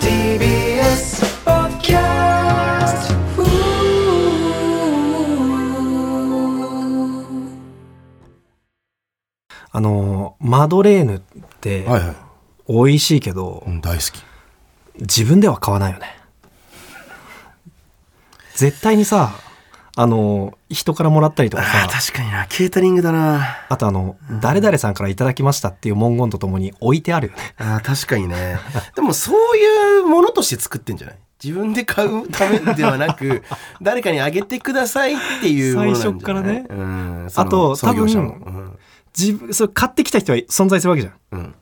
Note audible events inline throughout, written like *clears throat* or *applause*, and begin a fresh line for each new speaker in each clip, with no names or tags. TBS ポッドキャスト
あのマドレーヌって
はいはい、
美味しいけど、
うん、大好き
自分では買わないよね絶対にさあの人からもらったりとかさ
確かになケータリングだな
あとあの誰々さんからいただきましたっていう文言とともに置いてあるよね
あー確かに
*laughs*
ねでもそういうものとして作ってんじゃない自分で買うためではな
*laughs*
く誰かにあげてくださいっていうものなんじゃない
最初からね
うんその
あと
創業者のう
多
ん
自分それ買ってきた人は存在するわけじゃん
うん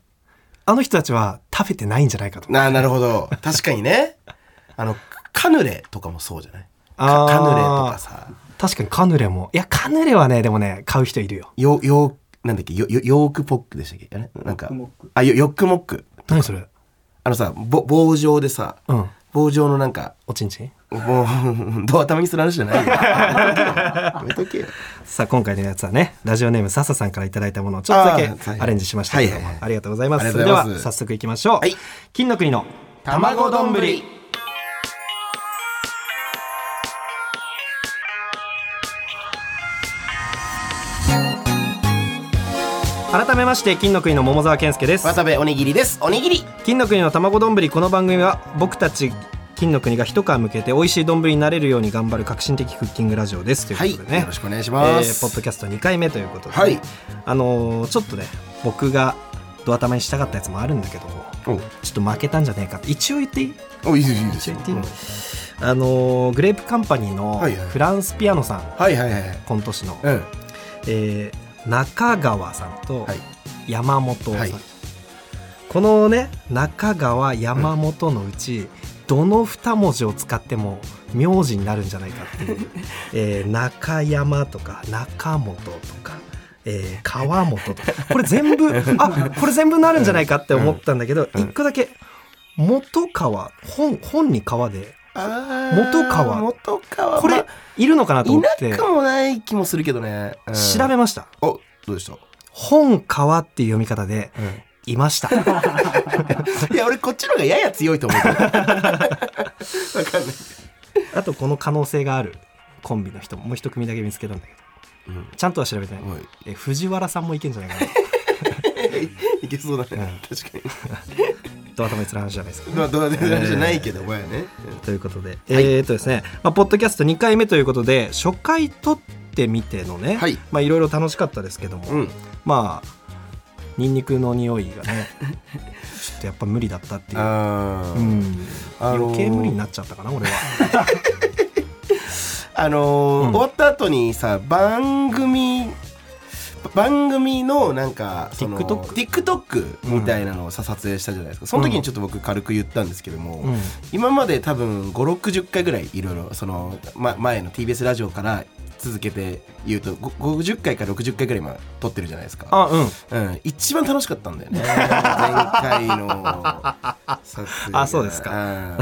あの人たちは食べてないんじゃないかと
あーなるほど確かにね *laughs* あのカヌレとかもそうじゃない
あ
か
ー
カヌレとかさ
確かにカヌレもいやカヌレはねでもね買う人いるよ
よよなんだっけよよヨークポックでしたっけあれなんかあよヨックモック
何それ
あのさぼ棒状でさ
うん
棒状のなんか
おちんちん
もう *laughs* ドア頭にする話じゃないよやめとけよ
さあ今回のやつはねラジオネーム笹さんからいただいたものをちょっとだ
あーは
け
い
アレンジしましたけども、
はいはいはい
ありがとうございます
ありがと
それ
う
で
ござい
は
ます
早速いきましょう、
はい
金の国の
卵丼
改めまして金の国の桃沢健介です
渡部おにぎりですおにぎり
金の国の卵丼ぶりこの番組は僕たち金の国が一皮向けて美味しい丼になれるように頑張る革新的クッキングラジオですということでね、
よろしくお願いします、
えーポッドキャスト2回目ということで、
はい
あのーちょっとね僕がドア玉にしたかったやつもあるんだけどちょっと負けたんじゃねえかって一応言っていい
おおいいですいいです
一応
よ
言っていいの、あのーグレープカンパニーの
はいはい
フランスピアノさん、
はいはいはい
今年の、
うん
えー中川さんと
はい
山本さん、
はい
このね中川山本のうち、どの2文字を使っても名字になるんじゃないかっ
*laughs*
ていう、えー中山とか中本とか、えー川本とかこれ全部あこれ全部なるんじゃないかって思ったんだけど、
うんうん
1個だけ元川本本に川で
あー
元川
元川
こ
これ、
れいるのかなと思
ま
っ
あ、い
て
なくもない気もするけどね、うん
調べました。
おどうでした、
本川っていう読み方でいました。
*laughs* *laughs* いや俺こっちの方がやや強いと思うけど
*laughs*
わかんない
あとこの可能性があるコンビの人ももう一組だけ見つけたんだけど
うん
ちゃんとは調べてない、
おい
え藤原さんもいけんじゃな
*laughs*
いかな
いけそうだね、確か
ドア頭にする話じゃないです
*laughs*
か
にまあどうだってじゃないけど、お前はね
ということで、えーっとですね、まあ、ポッドキャスト2回目ということで初回撮ってみてのね、
はい
まあいろいろ楽しかったですけども、
うん
まあニンニクの匂いが
*laughs*
ねちょっとやっぱ無理だったっていう、
あー
うん、
あのー
余計無理になっちゃったかな
*laughs*
俺は
あのー
うん
終わった後にさ番組番組のなんかその
TikTok
TikTok みたいなのをさ撮影したじゃないですかその時にちょっと僕軽く言ったんですけども、
うん
今まで多分560回ぐらいいろいろその、ま、前の TBS ラジオから続けて言うとご50回か60回ぐらい今撮ってるじゃないですか
あうん
うん、一番楽しかったん
*laughs*
だよね前回の撮影が
あそうです
うん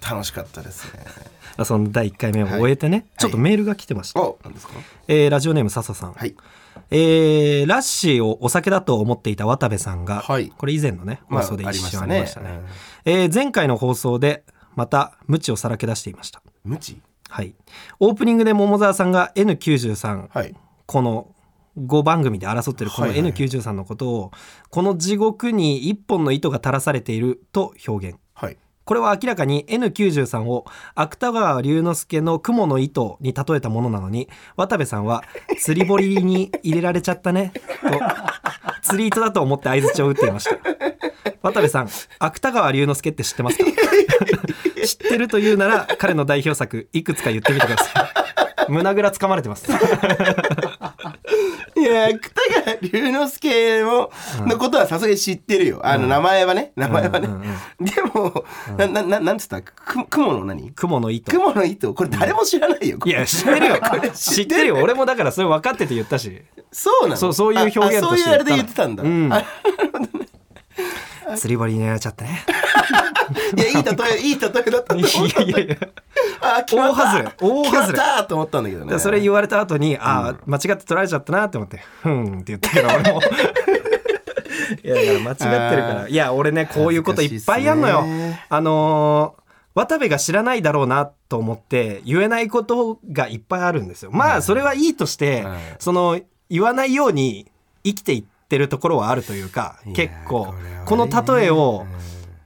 楽しかったですね
あその第1回目を終えてね、ちょっとメールが来てました、
おなんですか
えーラジオネーム笹さん、
はい
えーラッシーをお酒だと思っていた渡部さんが、
はい
これ以前のね放送で
まああ
一
りまし
瞬
た
あ
ね
りましたね,、えー前回の放送でまた無知をさらけ出していました
無知
はいオープニングで桃沢さんが N93、
はい
この5番組で争ってるこの
はいはい
N93 のことをこの地獄に一本の糸が垂らされていると表現
はい
これは明らかに N93 を芥川龍之介の雲の糸に例えたものなのに渡部さんは釣り堀に入れられちゃったねと釣り糸だと思って相槌を打っていました渡部さん芥川龍之介って知って *laughs* ますか知ってるというなら彼の代表作いくつか言ってみてください胸ぐらつかまれてます
いや芥川龍之介ものことはさすがに知ってるよあの名前はね名前はね
うんうん
でもななななんつったく雲の何
雲の糸
雲の糸これ誰も知らないよこ
い
れ
や *laughs* 知ってるよ
これ
知
知
っ
ってて
る
る
よ俺もだからそれ分かってて言ったし
そうなの
そうそういう表現
ああ
として
そういうあれで言ってたんだ
うん
あ
釣り堀に入れられちゃった *laughs* ね
いやいい例えいい例えだったと
い
思う
やいやいや
あ決まった
大外れ大外れ
決まったと思ったんだけど
だから
ね
そ
*laughs*
れ言われた後に、ああ、間違って取られちゃったなって思って、ふーんって言ったけど、俺も。いやいや間違ってるか
あ
ら
ー
いや俺ねこういうこといっぱいやんのよ
恥ずかしいっすね
あのー渡部が知らないだろうなと思って言えないことがいっぱいあるんですよまあそれはいいとして、
はい
その言わないように生きていってるところはあるというか
いや
結構
これはね
この例えを
うん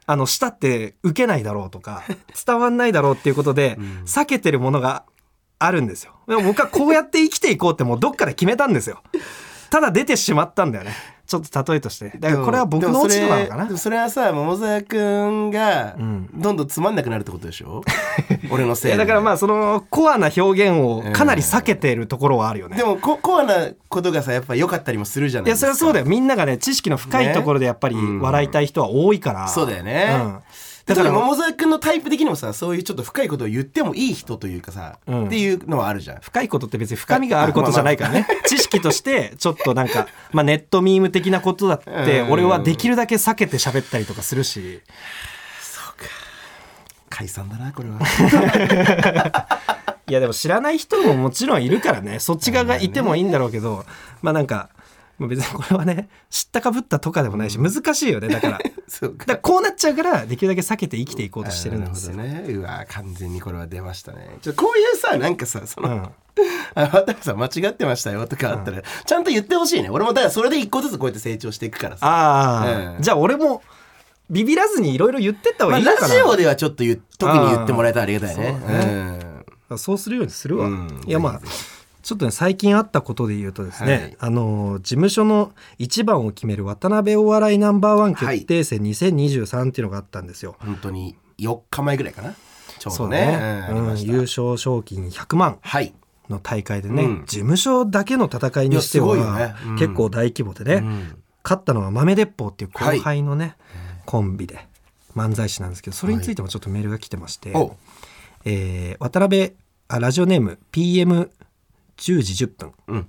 あのしたって受けないだろうとか *laughs* 伝わんないだろうっていうことで
うん
避けてるものがあるんですよでも僕はこうやって生きていこうってもうどっかで決めたんですよただ出てしまったんだよねちょっと例えとしてだからこれは僕の落ち度なのかな
でもそれでもそれはさ桃沢くんが
うん
どんどんつまんなくなるってことでし
*laughs*
ょ俺のせい
いや
で
だからまあそのコアな表現をかなり避けているところはあるよね、
でもココアなことがさやっぱ良かったりもするじゃない
い
で
や
すか
それはそうだよみんながね知識の深いところでやっぱり
うん
笑いたい人は多いから、
そうだよね
うん
だ
だ
か
からら
桃沢くんのタイプ的にもさそういうちょっと深いことを言ってもいい人というかさ、
うん
っていうのはあるじゃん
深いことって別に深みがあることじゃないからね、知識としてちょっとなんか、まあ、ネットミーム的なことだって
うん
俺はできるだけ避けて喋ったりとかするし
解散だなこれ
*laughs*
は
いやでも知らない人ももちろんいるからねそっち側がいてもいいんだろうけどまあなんかまあ別にこれはね知ったかぶったとかでもないし難しいよね *laughs* だから。
そうか
だからこうなっちゃうからできるだけ避けて生きていこうとしてるんですよ。
なるほどねうわ完全にこれは出ましたねちょっとこういうさなんかさその、
うん
*laughs* あ渡部さん間違ってましたよとかあったら、ちゃんと言ってほしいね俺もだからそれで一個ずつこうやって成長していくからさ
ああ、
うん
じゃあ俺もビビらずにいろいろ言ってった方
ま
が
あ、
いいの
ラ
か
ジ
な、
オではちょっと言う特に言ってもらえたらありがたいね
あーそうだ
うん
そうするようにするわ、
うん
いやまあちょっとね最近あったことで言うとですね、
はい
あのー事務所の一番を決める渡辺お笑いナンバーワン決定戦2023っていうのがあったんですよ。
本当に4日前ぐらいかなちょう
そ
ど
う
ね
ね、
うんあり
うん
ました
優勝賞金100万
はい
の大会でね、
うん
事務所だけの戦いにしてはい
やすごいよねうん
結構大規模でね、
うん
勝ったのは豆鉄砲っていう後輩のね、コンビで漫才師なんですけどそれについてもちょっとメールが来てまして、
お
えー渡辺あラジオネーム PM10 時10分
うん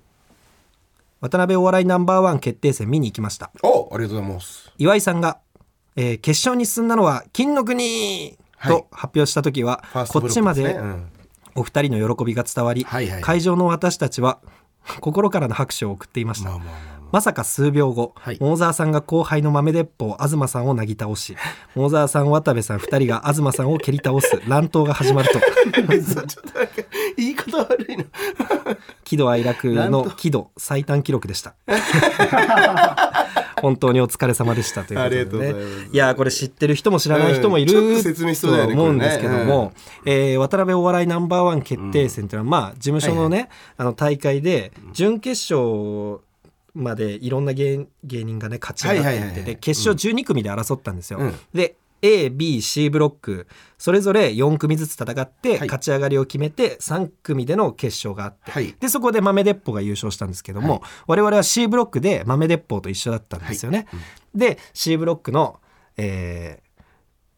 渡辺お笑いナンバーワン決定戦見に行きました
おありがとうございます
岩井さんが、えー決勝に進んだのは金の国
はい
と発表した時は、
ファース
こ
トブ
っ
ロ
ち
ッ
ま
クすね
でお二人の喜びが伝わり、
はいはい
会場の私たちは心からの拍手を送っていまし
うん
た
まあまあまあま
まさか数秒後、
はい
桃沢さんが後輩の豆鉄砲東さんをなぎ倒し桃沢さん渡部さん2人が東さんを蹴り倒す乱闘が始まると
あ *laughs* そうちょっとなんか言い方悪いな
喜怒哀楽の喜怒最短記録でした *laughs* 本当にお疲れ様でしたということで、ね、
ありがとうございます
やこれ知ってる人も知らない人もい
う
る、
んちょっと説明必要だよね
思うんですけども、えー渡辺お笑いナンバーワン決定戦というのは、まあ事務所のね、あの大会で準決勝までいろんな芸芸人がね勝ち上がっていって、
はいはいはいはい
で決勝12組で争ったんですよ。
うん
で ABC ブロックそれぞれ4組ずつ戦って、
はい
勝ち上がりを決めて3組での決勝があって。
はい
でそこで豆鉄砲が優勝したんですけども、我々は C ブロックで豆鉄砲と一緒だったんですよね。で C ブロックの、えー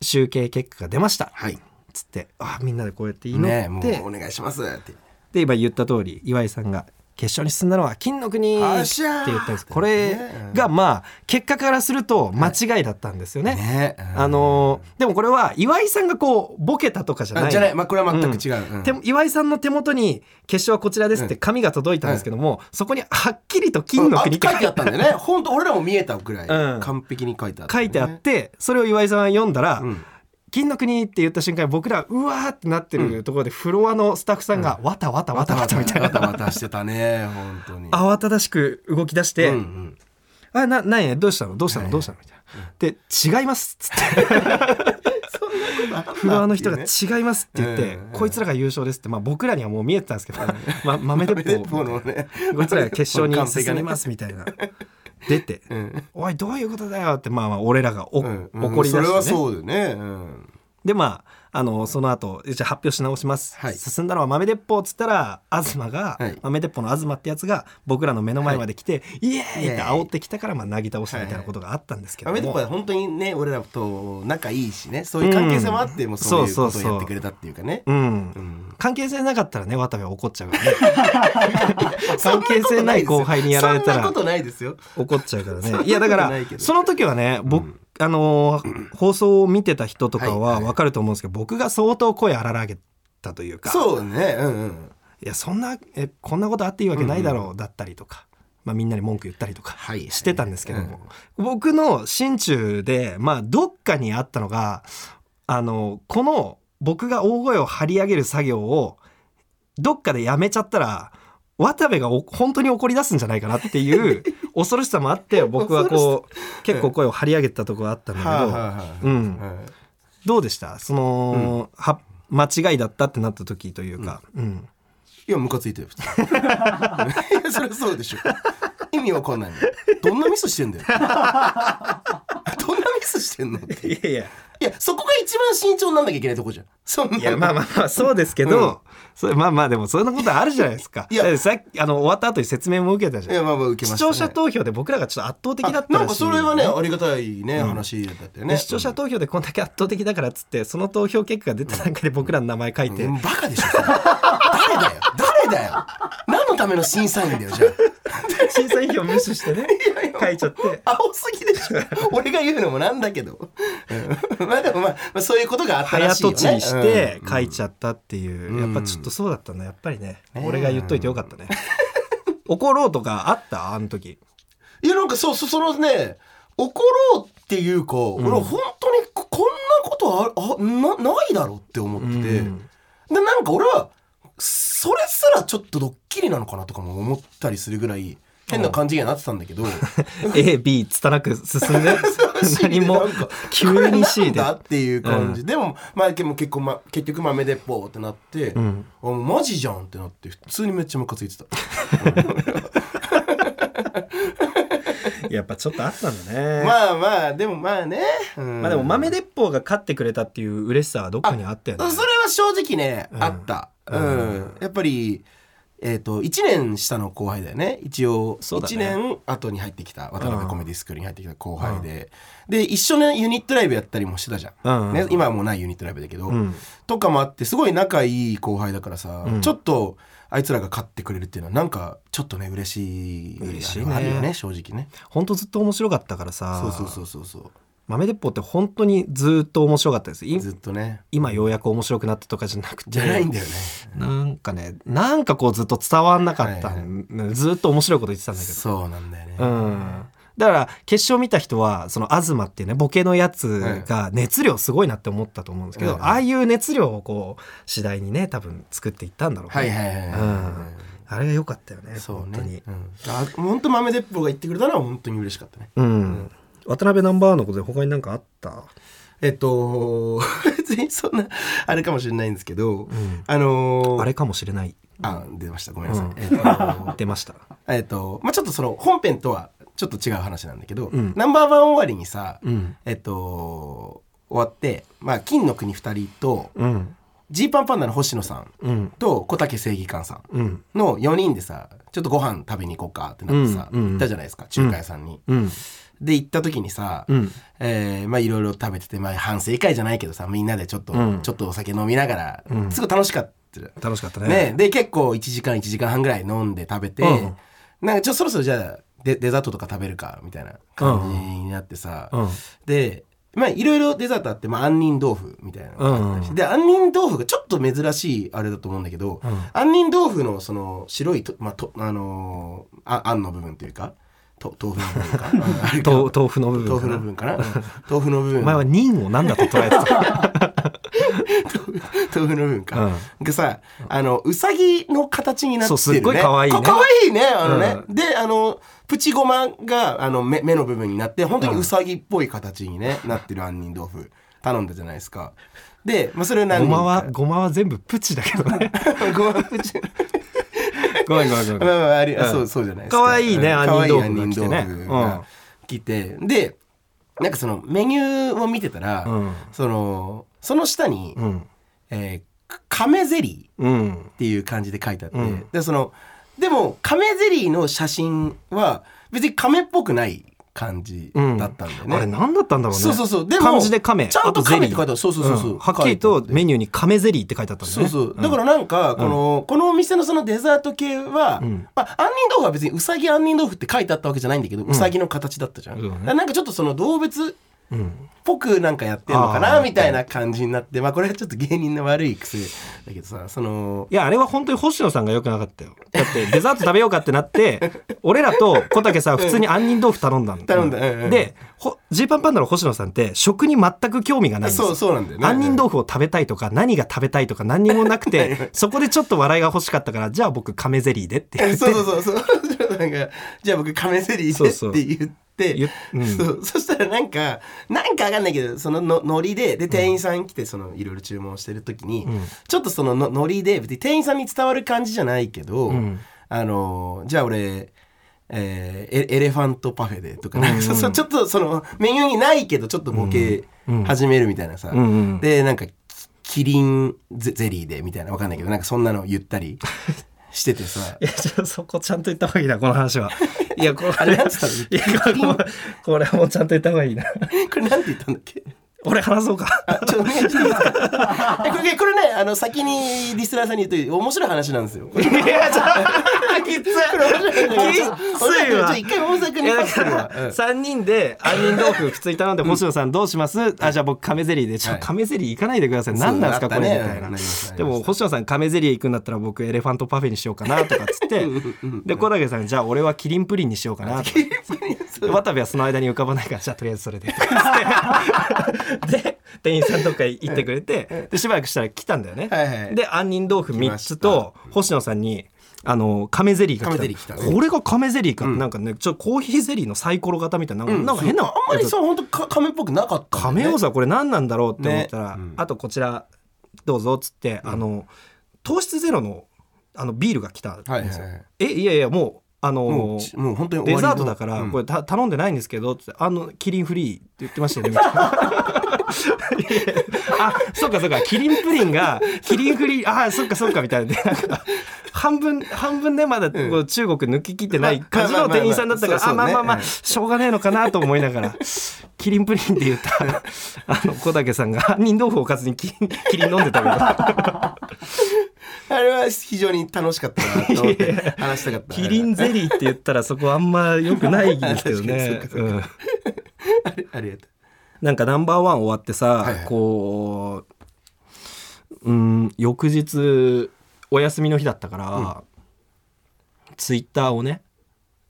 集計結果が出ました
はい
つってあみんなでこうやって祈って、
ねもうお願いしますって
で今言った通り岩井さんが決勝に進んだのは金の国って
よ
言
っしゃー
ったんですこれがまあ結果からすると間違いだったんですよね。
ね
あのーでもこれは岩井さんがこうボケたとかじゃな
あ
い
じゃないまあこれは全く違ううん
手岩井さんの手元に「決勝はこちらです」って紙が届いたんですけども、そこにはっきりと金の国って
あ書いてあったんだよね本当俺らも見えたぐらい
うん
完璧に書いてあった
書
よね
いてあってそれを岩井さんが読んだら
う
「
ん
金の国」って言った瞬間に僕らうわーってなってるところでフロアのスタッフさんが「わたわたわ
わた
たわ
わ
た」
た
みたいな
わたわたしてたね本当に
慌ただしく動き出して「
うんうん
あな何やどうしたのどうしたのどうしたの?」みたいな。で「違います」っつってフロアの
*laughs*
人が「違います」って言って
うん
「こいつらが優勝です」ってまあ僕らにはもう見えてたんですけどま豆鉄
鉄
砲
砲のね
こいつらが決勝に進みますすみたいな出て
うん
「おいどういうことだよ」ってまあまあ俺らがお
うん
怒り
そ
出
れは
してね
そうだよねうん
でまああのその後じゃあ発表し直します、
はい
進んだのは豆鉄砲っつったら東が、
はい
豆鉄砲の東ってやつが僕らの目の前まで来て、イエーイって煽ってきたからまあなぎ倒したみたいなことがあったんですけど
ア
も、
メリカは本当にね俺らと仲いいしねそういう関係性もあってもうそういう
そ
こ
う
と
そう
を
そう
やってくれたっていうかね
うん
うん
関係性なかったらね渡部は怒っちゃうから
*laughs*
ね関係性ない後輩にやられた
そんな
ら
ことないですよ
怒っちゃうから
そんなこ
ね
と
いやだか
ないけ
ら
ど
その時はね僕、あのー放送を見てた人とか
はい
は
はい
分かると思うんですけど、僕が相当声荒らげたというか
そうねうんうん
いやそんなえこんなことあっていいわけないだろうだったりとか、まあ、みんなに文句言ったりとか
はい
してたんですけども、僕の心中で、まあ、どっかにあったのがあのこの僕が大声を張り上げる作業をどっかでやめちゃったら渡部がお本当に怒り出すんじゃないかなっていう *laughs* 恐ろしさもあって僕はこう結構声を張り上げてたところあったんだけど、
はあはあはあ
うん
うん
どうでしたその、は間違いだったってなった時というか、うん
いやムカついてる普通にいやそりゃそうでしょ意味わかんないのどんなミスしてんだよ *laughs* どんなミスしてんのって
いやいや
いやそこが一番慎重になんなきゃいけないとこじゃんそんない
やまあまあまあそうですけど、
うん
それまあまあでもそんなことあるじゃないですか。
いや
だってさっきあの終わった後に説明も受けたじ
い
ゃん。
やまあまあ受けま
視
したね
聴者投票で僕らがちょっと圧倒的だったらしい
あなんかそれはねありがたいね、話だったよね
で視聴者投票でこんだけ圧倒的だからっつってその投票結果が出た段階で僕らの名前書いて、
うんバカでしょそれ誰だよ誰だよ何のための審査員だよじゃ
審査員票無視してね書 *laughs* いちゃって
あ青すぎでしょ俺が言うのもなんだけど、うんまあでもまあ、まあ、そういうことがあったら
早
しいよ
と
ね
ちりして
うん
書いちゃったっていう、
うん
やっぱちょっとそうだったんだやっぱりね、
ねえ
俺が言っといてよかったね怒ろうとかあったあの時
いやなんかそうそそのね怒ろうっていうか、俺は本当にここんなことああなないだろうって思ってて、
うん
でなんか俺はそれすらちょっとドッキリなのかなとかも思ったりするぐらい変な感じになってたんだけ
*laughs*
ど
AB つたなく進
*laughs*
んで何も
なんか
急に
これ
C
なん
で
だっていう感じ、でも、まあ、でも結構、ま、結局豆鉄砲ってなって、
ん
あもうマジじゃんってなって普通にめっちゃムカつい
*laughs*
てた
やっぱちょっとあったんだね、ま
ま
あ
あまあでもまあね、うん
でも豆鉄砲が勝ってくれたっていう嬉しさはどっかにあったよね
それは正直ね、
ん
あった、うんやっぱりえっ、と1年下の後輩だよね一応
そうだね
1年後に入ってきた渡辺コメディスクールに入ってきた後輩で、で一緒のユニットライブやったりもしてたじゃん、
うんうん
ね、今はもうないユニットライブだけど、
うん
とかもあってすごい仲いい後輩だからさ、
うん
ちょっとあいつらが勝ってくれるっていうのはなんかちょっとね嬉しい
嬉しいね
あるよね正直ね
本当ずっと面白かったからさ
そうそうそうそうそう
豆鉄砲って本当にずっと面白かったですい
ずっとね
今ようやく面白くなったとかじゃなくて
じゃないんだよね
なんかねなんかこうずっと伝わんなかった、
はい
ずっと面白いこと言ってたんだけど
そうなんだよね、
うんだから決勝見た人はその東っていうねボケのやつが熱量すごいなって思ったと思うんですけど、
うん
ああいう熱量をこう次第にね多分作っていったんだろう
は
ね、
いはいはいはい、
うんあれが良かったよね
そう
本当に
ね。うん、あ本当豆鉄砲が言ってくれたのは本当に嬉しかったね。
うん、渡辺ナンバーワンのことで他に何かあった、
えっと *laughs* 別にそんなあれかもしれないんですけど、あのー、
あれかもしれない
あ出ましたごめんなさい。
うん
えっと *laughs*
出ました
えっとまあちょっとその本編とはちょっと違う話なんだけど、
ん
ナンバーワン終わりにさ、
うん
えっと終わってまあ金の国二人と
うん
ジーパンパンダの星野さん
うん
と小竹正義感さん
うん
の4人でさちょっとご飯食べに行こうかってなってさ、
うんうん
行ったじゃないですか中華屋さんに。
うん
で行った時にさ、
うん
えーまあいろいろ食べてて、まあ、反省会じゃないけどさみんなでちょっと、
うん
ちょっとお酒飲みながら、
うん
すごい楽しかったじゃん
楽しかったね
ねで結構1時間1時間半ぐらい飲んで食べて、
うん
なんかちょそろそろじゃあデデザートとか食べるかみたいな感じになってさ、
うん
*laughs* でまあいろいろデザートあって、まあ、杏仁豆腐みたいなのがあったりして、
うん
で杏仁豆腐がちょっと珍しいあれだと思うんだけど、
うん
杏仁豆腐のその白いと、まあとあのーああんの部分というかと豆腐の部分
*laughs*
かうんあれか
豆豆腐の部分
豆腐の部分かな豆腐の部
お
分
前は任を何だと捉えて
*laughs*
た
豆腐の部分
う
か、
ん
がさあのうさぎの形になってるね
そうすっごい可愛い
か
ね
可愛いねあのね、であのプチごまがあの目目の部分になって本当にうさぎっぽい形に、ねなってる杏仁豆腐頼んだじゃないですかで、まあ、それを何人
ご
か
まはごまは全部プチだけどね
*laughs* ごまプチ
*laughs* ごめんごめんご
まあまああり、
うん
そうそうじゃないです
可愛いね
うん可愛い
杏仁豆腐が来て
杏仁豆腐が来て、
ね
でなんかそのメニューを見てたら、
うん
そのその下に、
うん
えー亀ゼリー
うん
っていう感じで書いてあって、
うん
でそのでも亀ゼリーの写真は別に亀っぽくない感じだったんだよね。
あれ何だったんだろうね
そうそうそうでも
漢字で亀
ちゃんと
あ
亀
ゼ
って
リー
書いてあるそうそうそうそうん
はっきりとメニューに亀ゼリーって書いてあったんだ
そう
ね
そうだからなんかこの,、このお店のそのデザート系は、
ん
まあ、杏仁豆腐は別にうさぎ杏仁豆腐って書いてあったわけじゃないんだけど、うさぎの形だったじゃん、
そうだね
だからなんかちょっとその動物ぽくなんかやってんのかな
あー
みたいな感じになってまあこれはちょっと芸人の悪い癖だけどさその
いやあれは本当に星野さんが良くなかったよだってデザート食べようかってなって
*laughs*
俺らと小竹さん普通に杏仁豆腐頼んだの
頼んだうんうん
でほジーパンパンダの星野さんって食に全く興味がないんですよ
そうそうなんだよね
杏仁豆腐を食べたいとか何が食べたいとか何にも
*laughs*
なくてそこでちょっと笑いが欲しかったからじゃあ僕亀ゼリーでって言って
そうそうそうそう。ちょっとなんか、じゃあ僕、亀ゼリーで
そうそう
って言って、
言っうん
そうそしたらなんか、なんかわかんないけど、そののノリで、で、店員さん来て、その、いろいろ注文してる時に、ちょっとそののノリで、別に店員さんに伝わる感じじゃないけど、
ん
あの、じゃあ俺、えーエエレファントパフェでとか、なんかそうそうちょっとそのメニューにないけどちょっとボケ始めるみたいなさ、
んうん
でなんかきキリンゼゼリーでみたいなわかんないけどなんかそんなの言ったりしてて
*laughs*
さ
いやちょっとそこちゃんと言った方がいいなこの話はいやこれ
あれなんつったの
いやこれこれはもうちゃんと言った方がいい
*laughs*
な
これなんて言ったんだ *laughs* っけ
俺話そうか
あちょっとお願いしていいですか *laughs* えこれこれねあの先にリスナーさんに言うと面白い話なんですよ。 *laughs*
いやちょっときついきついわ
一回大阪
い
に
や
パ
だ
スす
か
るわ
ら。3人で杏仁豆腐普通に頼んで星野さんどうしますあじゃあ僕亀ゼリーでちょ
はい
亀ゼリー行かないでください何なんですかこれみ
なった
た
ね
い
なり
な
ました
でも星野さん亀ゼリー行くんだったら僕エレファントパフェにしようかなとかっつってで小竹さんじゃあ俺はキリンプリンにしようかなとかで渡部はその間に浮かばないからじゃあとりあえずそ
*laughs*
れでで店員さんとか行ってくれてでしばらくしたら来たんだよね、
はいはい
で杏仁豆腐3つと星野さんにあの亀ゼリーが来た
亀ゼリー来たね
これが亀ゼリーか、なんかねちょっとコーヒーゼリーのサイコロ型みたいななんか,、なんか変な
あんまりそう本当か亀っぽくなかったんだよね、
亀王座これ何なんだろうって思ったら、
ねうん
あとこちらどうぞっつって、あの糖質ゼロのあのビールが来たんですよ、
はいはいはい
えいやいやもうあの
もうちもう本当に終
デ
わり
ザ
の
ートだから、
うん
これた頼んでないんですけどつってあのキリンフリーって言ってまし
*laughs*
たよねみたいなあそうかそうかキリンプリンがキリンフリーあそっかそっかみたいなでなんか半分半分ねまだこう中国抜ききってない感じの店員さんだったか
まあ
ら、
まあまあ
あまあまあ
そう
ま
そうね
あしょうがねえのかなと思いながらキリンプリンって言ったあの小竹さんが杏仁豆腐おかずにキリンキリン飲
*laughs*
んでたけど。
あれは非常に楽しかったなと思って話したかった
キリンゼリーって言ったらそこあんま良くないんですけどね
*laughs* 確かにそうかそうか
うん
あれありがとう
なんかナンバーワン終わってさ、
はいはい
こううん翌日お休みの日だったから、ツイッターをね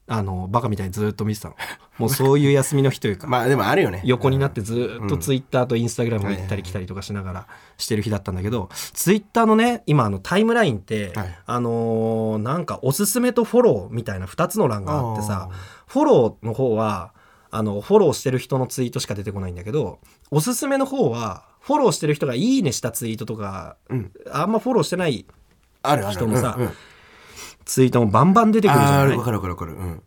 あのバカみたいにずっと見てたのもうそういう休みの日というか、
まあでもあるよね
横になってずっとツイッターとインスタグラムを行ったり来たりとかしながらしてる日だったんだけどツイッターのね今あのタイムラインって、
はい
あのーなんかおすすめとフォローみたいな2つの欄があってさフォローの方はあのフォローしてる人のツイートしか出てこないんだけどおすすめの方はフォローしてる人が「いいね」したツイートとか、
うん
あんまフォローしてない
あるある
人のさ
うんうん
ツイートもバンバン出てくるじ
あ
ゃな
ー
い
わかるわかるわかるうん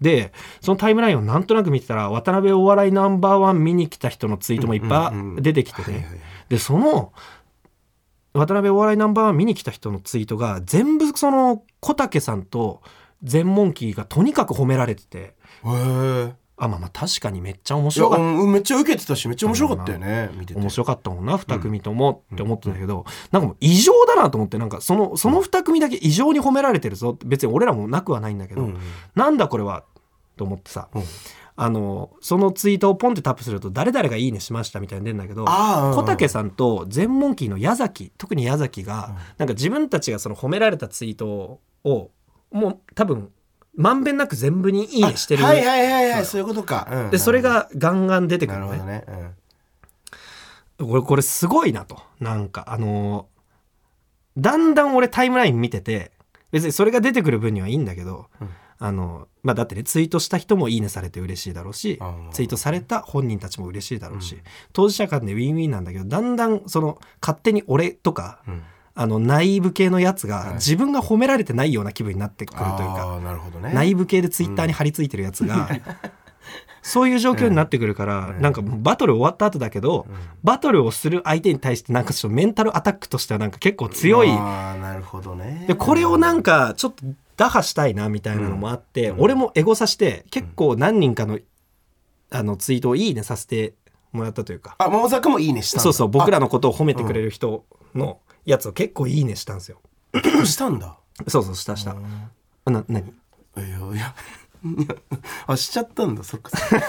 でそのタイムラインをなんとなく見てたら渡辺お笑いナンバーワン見に来た人のツイートもいっぱ
うんうんう
い
ん
出てきて
はいは
ね
いはい
でその渡辺お笑いナンバーワン見に来た人のツイートが全部その小竹さんと全モンキーがとにかく褒められてて
へえ
あまあまあ確かにめっちゃ面
いや
白かった
うんめっちゃ受けてたしめっちゃ面白かったよね見てて
面白かったもんな2組ともって思ってたけど、なんかもう異常だなと思ってなんかそのその2組だけ異常に褒められてるぞって別に俺らもなくはないんだけど、
うんうん
なんだこれはと思ってさ、
うん
あのそのツイートをポンってタップすると誰々が「いいね」しましたみたいに出るんだけど
あーうんうん
小竹さんと全モンキーの矢崎特に矢崎が、なんか自分たちがその褒められたツイートをもう多分まんべんなく全部に「いいね」してる、
はいはいはいはいそういうことかうん
でそれがガンガン出てく
な
る
る
の
ほ
ね
ど。ねうん
これこれすごいなとなんかあのーだんだん俺タイムライン見てて別にそれが出てくる分にはいいんだけど、
うん
あのまあ、だってねツイートした人も「いいね」されて嬉しいだろうし
あー
ツイートされた本人たちも嬉しいだろうし、当事者間でウィンウィンなんだけどだんだんその勝手に俺とか、
うん
あの内部系のやつ
は
が
い
自分が褒められてないような気分になってくるというか、
あーなるほどね
内部系でツイッターに張り付いてるやつが、 *laughs* そういう状況になってくるから、
うん
なんかもうバトル終わった後だけど、バトルをする相手に対してなんかちょっとメンタルアタックとしてはなんか結構強い、
あーなるほどね
でこれをなん
か
かちょっと打破したいなみたいなのもあって、俺もエゴさして結構何人かの,、あのツイートをいいねさせてもらったというか
あ桃坂もいいねしたんだ
そうそう僕らのことを褒めてくれる人のやつを結構いいねしたんですよ。
あしたんだ
そうそうしたした。な何
いやいやあしちゃったんだそっかそっ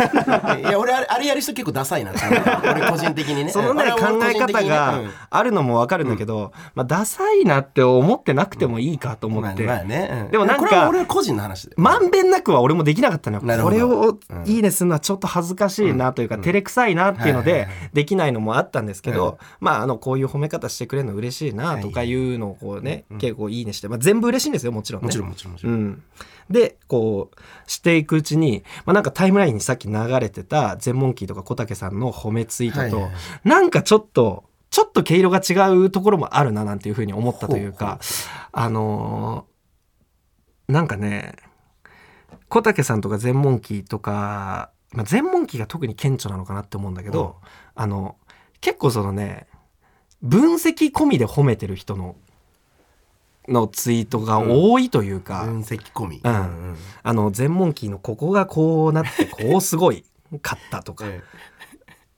か
*laughs*
いや俺あれあれやる人結構ダサいなって思う俺個人的にね
そのね
う、んあれ
考
は
え
俺個人的
方
にね
が
うん
あるのもわかるんだけど、まあ、ダサいなって思ってなくてもいいかと思
まあ
って、
まあね、うん
でもなんか
これは俺個人の話で、
まんべんなくは俺もできなかったの
な
よ。
るほ
こ
ど
れを
うん
いいねするのはちょっと恥ずかしいなというか、照れくさいなっていうの
はいは
で
いは
できないのもあったんですけ
うん
ど、まあ、あの、こういう褒め方してくれるの嬉しいなとかいうのをこうね、結構いいねして、まあ、全部嬉しいんですよ、もちろんね。
もちろんもちろんもち
う
ろん、
ん、でこうしていくうちに、まあ、なんかタイムラインにさっき流れてた全モンキーとか小竹さんの褒めツイートと、
はいはいはい
なんかちょっとちょっと毛色が違うところもあるななんていうふうに思ったという
ほう
かあのーなんかね小竹さんとか全モンキーとか、まあ、全モンキーが特に顕著なのかなって思うんだけど、あの結構そのね分析込みで褒めてる人ののツイートが多いというか、
分析込み、
うん
うん
あの全問キーのここがこうなってこうすご
*laughs*
い勝ったとか、
え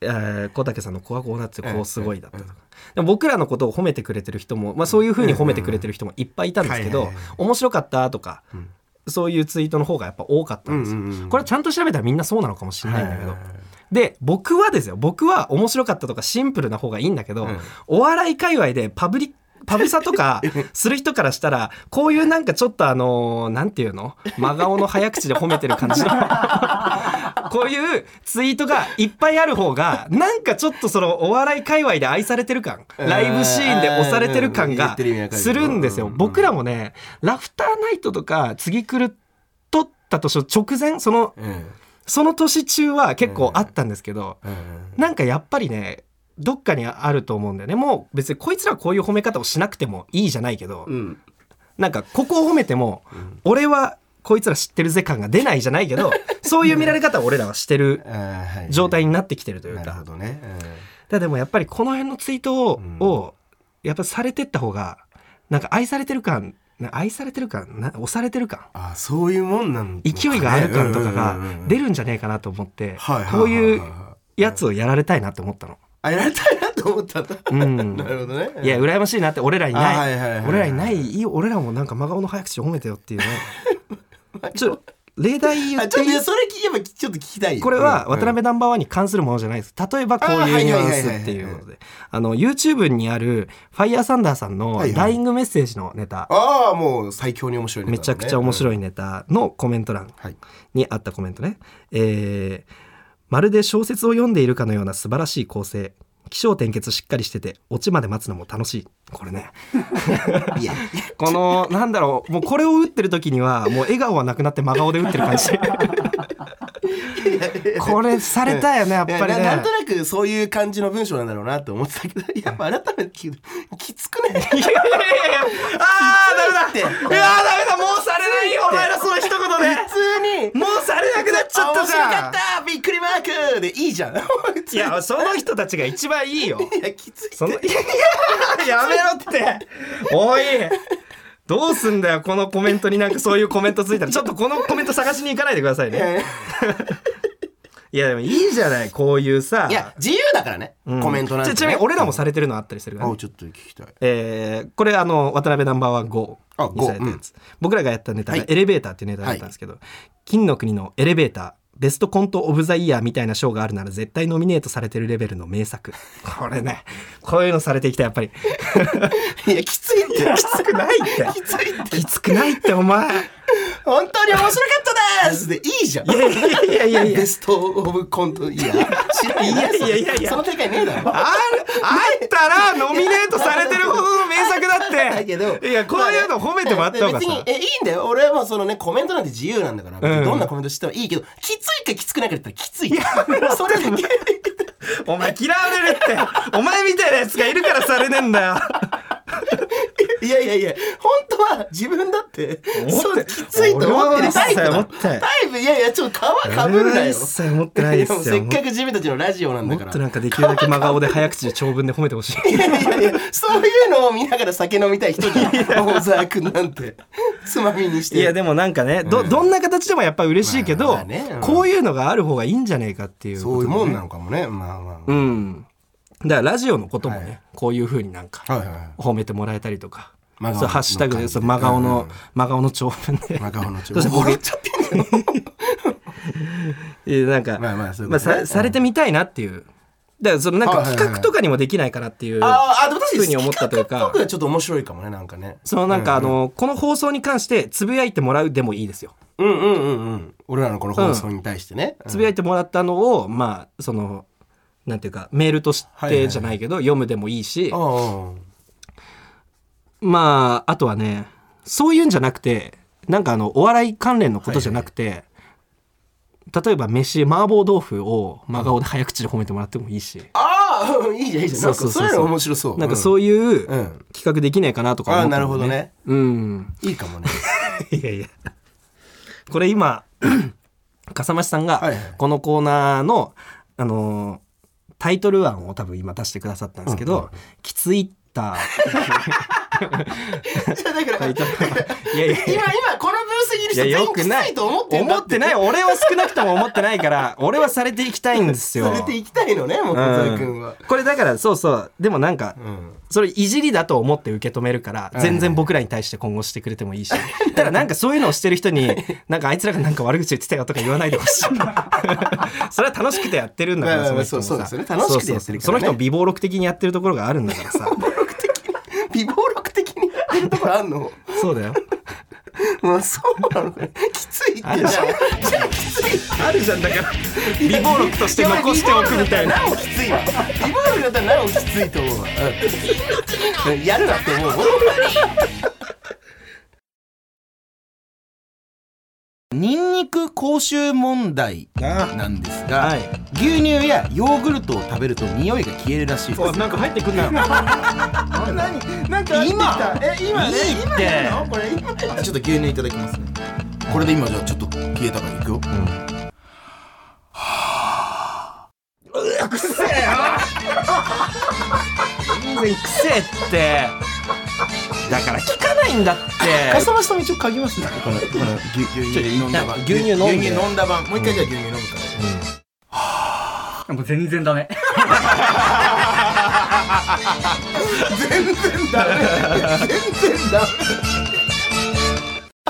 えー小竹さんのここがこうなってこうすごいだったとか
え、
でも僕らのことを褒めてくれてる人も、まあ、そういうふうに褒めてくれてる人もいっぱいいたんですけど、
うんうんはいはいは
面白かったとか、
うん
そういうツイートの方がやっぱ多かったんですよ。
うんうんうん
これちゃんと調べたらみんなそうなのかもしれないんだけど、
はいはいはい
で僕はですよ僕は面白かったとかシンプルな方がいいんだけど、
うん
お笑い界隈でパブリパブサと
*laughs*
かする人からしたらこういうなんかちょっとあのーなんていうの真顔の早口で褒めてる感
*laughs*
じのこういうツイートがいっぱいある方がなんかちょっとそのお笑い界隈で愛されてる感
うん
ライブシーンで押されてる感
うん言
が
ってる意味わかるよ
するんですよ
うん
僕らもねラフターナイトとか次来る撮った年の直前その
うんうん
その年中は結構あったんですけど、
うん
なんかやっぱりねどっかにあると思うんだよねもう別にこいつらはこういう褒め方をしなくてもいいじゃないけど、
うん
なんかここを褒めても、俺はこいつら知ってるぜ感が出ないじゃない
*laughs*
けどそういう見られ方を俺らはしてる
あーはい
状態になってきてるという
なる
か
ほどね、
だでもやっぱりこの辺のツイートを,、やっぱされてった方がなんか愛されてる感な愛されてる感な押されてる感
ああーそういうもんなんだね
勢いがある感とかが
うんうんうんうん
出るんじゃねえかなと思って
はいはい
こういう
はいはいはい
やつをやられたいなって思ったの。
あやられたいなと思ったんだ、
ん
*laughs* なるほどね
いや羨ましいなって俺らにない,、
あはいはいはいはい
俺らにないいい俺らもなんか真顔の早口で褒めてよ
*laughs*
っていうねちょっと例題言
あ
っ
ちょ
て
っ
いい
とそれ聞けばちょっと聞きたいよ
これは
うん
渡辺ナンバーワンに関するものじゃないです例えばこういうニュアンスっていうのであの YouTube にあるファイヤーサンダーさんの
はいはい
ダイイングメッセージのネタ、
ああもう最強に面白いネタ
め
だね
ちゃくちゃ面
い、
白いネタのコメント
う
欄
んはい
にあったコメントね、えーまるで小説を読んでいるかのような素晴らしい構成起承転結しっかりしててオチまで待つのも楽しいこれね
い
*laughs*
や
このなんだろうもうこれを打ってる時にはもう笑顔はなくなって真顔で打ってる感 *laughs* じこれされたよねやっぱり
いやなな
ね
ん
*laughs*
となくそういう感じの文章なんだろうなと思ってたけどやっぱ改めて聞くときつくね
いやいやいやああダメだ
きつい
*laughs* い
って
やーダメだもうされないよお前らその一言 *laughs*
普通に
でもうされなくなっちゃったじ
面白か
ゃ
っ
ん
たびっくりマークでいいじゃん
いやその人たちが一番いいよ
いやきつい
そのいややめろっておいどうすんだよこのコメントになんかそういうコメントついた *laughs* らちょっとこのコメント探しに行かないでくださいねいやでもいいじゃないこういうさ
いや自由だからね、
うん
コメントなんて、
ち
ね、
ちなみに俺らもされてるのあったりするからね、
あちょっと聞きたい
えーこれあの渡辺ナンバーワン5
あ
にされたやつ、僕らがやったネタが、
はい
エレベーターっていうネタだったんですけど、金の国のエレベーターベストコント・オブ・ザ・イヤーみたいな賞があるなら絶対ノミネートされてるレベルの
*laughs*
名作これねこういうのされていきたいやっぱり
いやきついって
きつくないって
きつい *laughs* って
きつくないってお前
本当に面白かったですでいいじゃん
いやいやいやいやいや
ベストオブコントいや知らない
いやいやいやいや
その大会ねえだろ
あるあったらノミネートされてるほどの名作だって
だけど
いやこういうの褒めてもらった方が
別に
さ
えいいんだよ俺はもうそのねコメントなんて自由なんだから、別
うん
にどんなコメントしてもいいけどきついかきつくないかって言ったらきついそれだけ
お前嫌われるってお前みたいなやつがいるからされねえんだよ
いやいやいや本当は自分だってそうきついと思ってるタイプ
俺は
だ
一切思ってない
タイプいやいやちょっと皮かぶるな
俺は
よ
一切思ってないです
や
よ
もう *laughs* せっかく自分たちのラジオなんだ
も
か
っ
ら
となんかできるだけ真顔で早口で長
*laughs*
文で褒めてほしい
いやいやいやそういうのを見ながら酒飲みたい人じゃん大沢君なん
*laughs*
てつまみにして
いやでもなんかねどどんな形でもやっぱ嬉しいけど、
まあまあねうん
こういうのがある方がいいんじゃねえかっていう
そういうもん
な
なのかもねまあま
う
あ、
んだからラジオのこともね、
はい
こういうふうになんか
はいはいはい
褒めてもらえたりとか
真顔
そうハッシュタグで
の感じ
そう真顔の、
うん
真顔の長文で
真顔の長文
*laughs* そしてボケ
ちゃってんじ
*laughs* えなんか、
まあまあそういう
ま
こ
あ
とね
さされてみたいなっていうだからそのなん
は
か
いはいはい
企画とかにもできないかなっていう
あーあでも確
ふう
か
に
に
思ったという
企
か
画はちょっと面白いかもねなんかね
そのなんかあのこの放送に関してつぶやいてもらうでもいいですよ
うんうんうんうん俺らのこの放送に対してね、
つぶやいてもらったのをまあそのなんていうかメールとし
はいはいは
て
い
じゃないけど読むでもいいし
あ
まああとはねそういうんじゃなくてなんかあのお笑い関連のことじゃなくて例えば飯麻婆豆腐を真顔で早口で褒めてもらってもいいし
あーいいじゃんいいじゃんなんかそういうの面白そう
なんか
う
そういう
うん、
企画できないかなとか
あ
思
あ
った
なる
の
ほどね
うん
*laughs* いいかも
*laughs*
ね
いやいや。これ今、 *clears throat* 笠間さんが
はいは
*laughs*
い、
このコーナーの、あのータイトル案を多分今出してくださったんですけど、きついっ
だ
た
から
タイトル案。いやいやい
今
や。
今このブースにいる
いや
人全
よ
員
く
き
な
つ
い
いと思ってんだ
思ってない俺は少なくとも思ってないから俺はされていきたいんですよ
連れて行きたいのねもう小沢君は
うん、これだからそうそうでもなんか、
うん
それいじりだと思って受け止めるから
いはい
全然僕らに対して今後してくれても
*laughs*
いいし、ただなんかそういうのをしてる人になんかあいつらがなんか悪口言ってたよとか言わないでほ
*laughs*
しいそれは楽しくてやってるんだから
まあまあまあ
の人もさ
そうそうですよね楽しくてやってるからね
そうそうその人も美貌録的にやってるところがあるんだからさ
美貌録的にやってるところあん
*laughs*
の
そうだよ
まあそうなのかねきついってじゃあ
あるじゃん
じゃあきつい
あるじゃんだから美貌録として残しておくみたいな
や美貌録だったらなおきついわ美貌録だったらなおきついと思うわうん *laughs* やるなって思うわニンニク口臭問題なんですが、
はい
牛乳やヨーグルトを食べると匂いが消えるらしいです
なんか入ってくんなよ
何なんか
今
え今ね
いいって
今なのこれ今ちょっと牛乳いただきますねこれで今じゃあちょっと消えたからいくよ、うん、
くせえよ全然くせえってだから聞かないんだって
マスターも一応書きますねこのこの牛牛乳飲んだ版
牛乳飲んで
牛乳飲んだ版もう一回じゃあ牛乳飲むから、
もう全然ダメ。
全然ダメ全然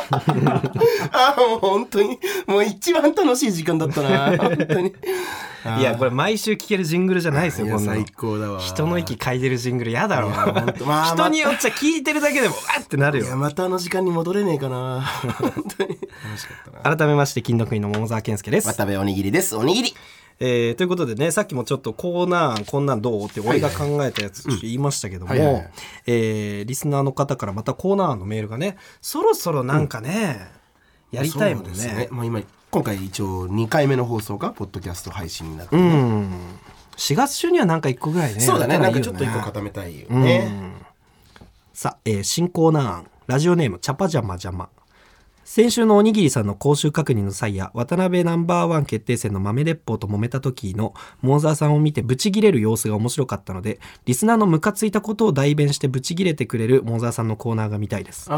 ダメあもう本当にもう一番楽しい時間だった
*laughs*
な本当に
*laughs* いやこ
れ
れ毎週聞けるジングルじゃないですよこんなの
最高だわ
人の息嗅いでるジングルやだろ
いやほんとまあまあ
人によっちゃ聞いてるだけでもわーってなる
いや
よ
またあの時間に戻れねえかな本当に楽しかったな
改めまして金の国の桃沢健介です、
渡部おにぎりですおにぎり
えーということでねさっきもちょっとコーナーこんなんどうって俺が考えたやつちょっと言いましたけども、
はいはいはい
えーリスナーの方からまたコーナーのメールがねそろそろなんかね、やりたいもん
そう
ね
ですもう今今回一応2回目の放送がポッドキャスト配信になって、
うん4月中にはなんか一個ぐらいね
そうだね
や
な
っ
ん
たら
か
い
ち
いよ
ょっと一個固めたいよ
うん
ね、
さあ、えー新コーナー案ラジオネームチャパジャマジャマ先週のおにぎりさんの講習確認の際や渡辺ナンバーワン決定戦の豆鉄砲と揉めた時のモーザーさんを見てブチギレる様子が面白かったのでリスナーのムカついたことを代弁してブチギレてくれるモーザーさんのコーナーが見たいです
あ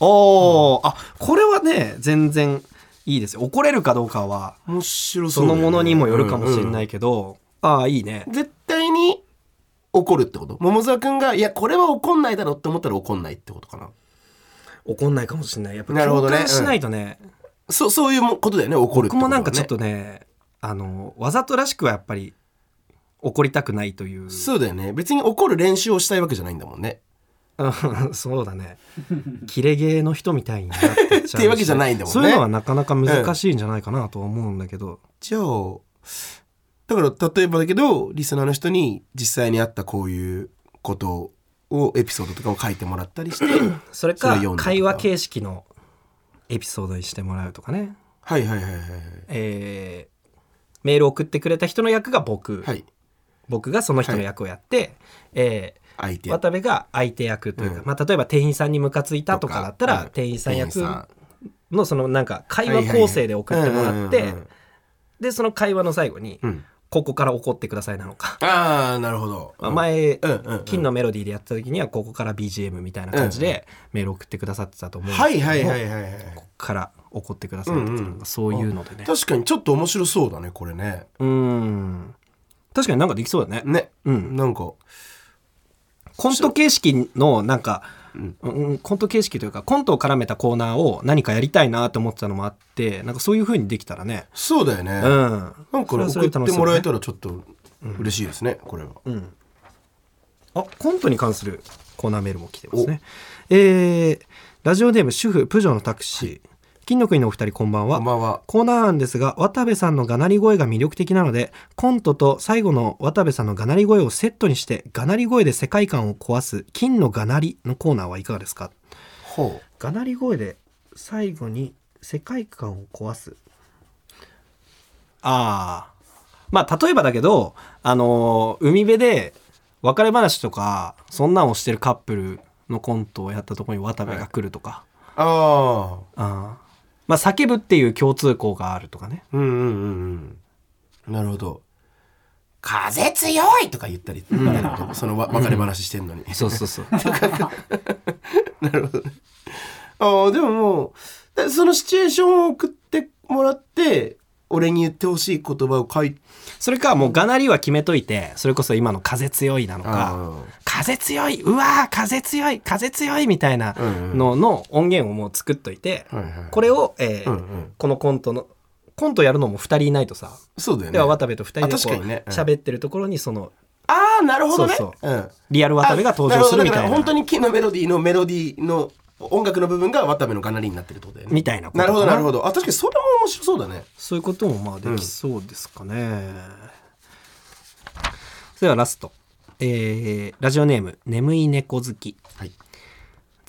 おー、あこれはね全然いいですよ怒れるかどうかは
あ面白、
そのものにもよるかもしれないいけど、ああいいね
うんうん絶対に怒るってこと桃沢君がいやこれは怒んないだろうって思ったら怒んないってことかな
怒んないかもしれないやっぱ
なるほ
共
どね
感しないとね
そそういうもことだよね怒るってこ
僕
と
も
はね
なんかちょっとねあのわざとらしくはやっぱり怒りたくないという
そうだよね別に怒る練習をしたいわけじゃないんだもんね
うん *laughs* そうだねキレゲーの人みたいになってっちゃう
*laughs* っ
し
ていうわけじゃないんだもんね
そういうのはなかなか難しいんじゃないかなとは思うんだけど、
じゃあだから例えばだけどリスナーの人に実際にあったこういうことをエピソードとかを書いてもらったりして
*clears throat* それ
それ
か
読んだとか
会話形式のエピソードにしてもらうとかね
はいはいはいはい
えーメール送ってくれた人の役が僕、
はいはい
僕がその人の役をやって、えー
相手
渡部が相手役というか、
うん
まあ、例えば店員さんにムカついたとかだったら
うん
店員さん
店
役
員さ
のそのなんか会話構成で送ってもらっ
はい
て
はいはいうんうんうん
でその会話の最後に
うん
「ここから怒ってください」なのか、
ああなるほど、
まあ前
うんうんうん
金のメロディーでやってた時には「ここから BGM」みたいな感じでメール送ってくださってたと思うんです
は
け
い
ど
はいはいはいはい
ここから怒ってくださいとかなんかそういうのでね
確かにちょっと面白そうだねこれね
うん確かになんかできそうだね
ね、
うん
なんか
コント形式のなんかうんうんコント形式というかコントを絡めたコーナーを何かやりたいなと思ってたのもあってなんかそういう風にできたらね
そうだよね、
うん
なんか
そ
送
れ
っ
はそれで楽
て
しそう
も
ね
らえたらちょっと嬉しいですね、これは、
うん、あコントに関するコーナーメールも来てますねえーラジオネーム主婦プジョーのタクシー、金の国のお二人こんばんは
こんばんは
コーナー案ですが渡部さんのがなり声が魅力的なのでコントと最後の渡部さんのがなり声をセットにしてがなり声で世界観を壊す金のがなりのコーナーはいかがですか
ほう
がなり声で最後に世界観を壊すああまあ例えばだけどあのー海辺で別れ話とかそんなんをしてるカップルのコントをやったところに渡部が来るとか、
ああ
あーまあ叫ぶっていう共通項があるとかね
うんうんうんうんなるほど風強いとか言ったり、なんかそのわ別れ話してんのに、
そうそうそう
ああでももうでそのシチュエーションを送ってもらって俺に言ってほしい言葉を書いて
それかもうがなりは決めといてそれこそ今の「風強い」なのか
あ
「風強いうわー風強い風強い」みたいなのの音源をもう作っといて、
はいはい
これを、えー
うんうん
このコントのコントやるのも2人いないとさ、
そうだよね
では渡部と2人で
あ確か
こう
にねうん
喋ってるところにその
ああなるほどね
そうそ
うん
リアル渡部が登場するみた
あ
い
なほどだから本当
な。
に木のメロディーのメロディーの音楽の部分が渡部のガナリになってるってことだよね
みたいなこと
なるほど
かな
なるほどあ確かにそれも面白そうだね *laughs*
そういうこともまあできそうですかね。それではラスト。えーラジオネーム「眠い猫好き」
はい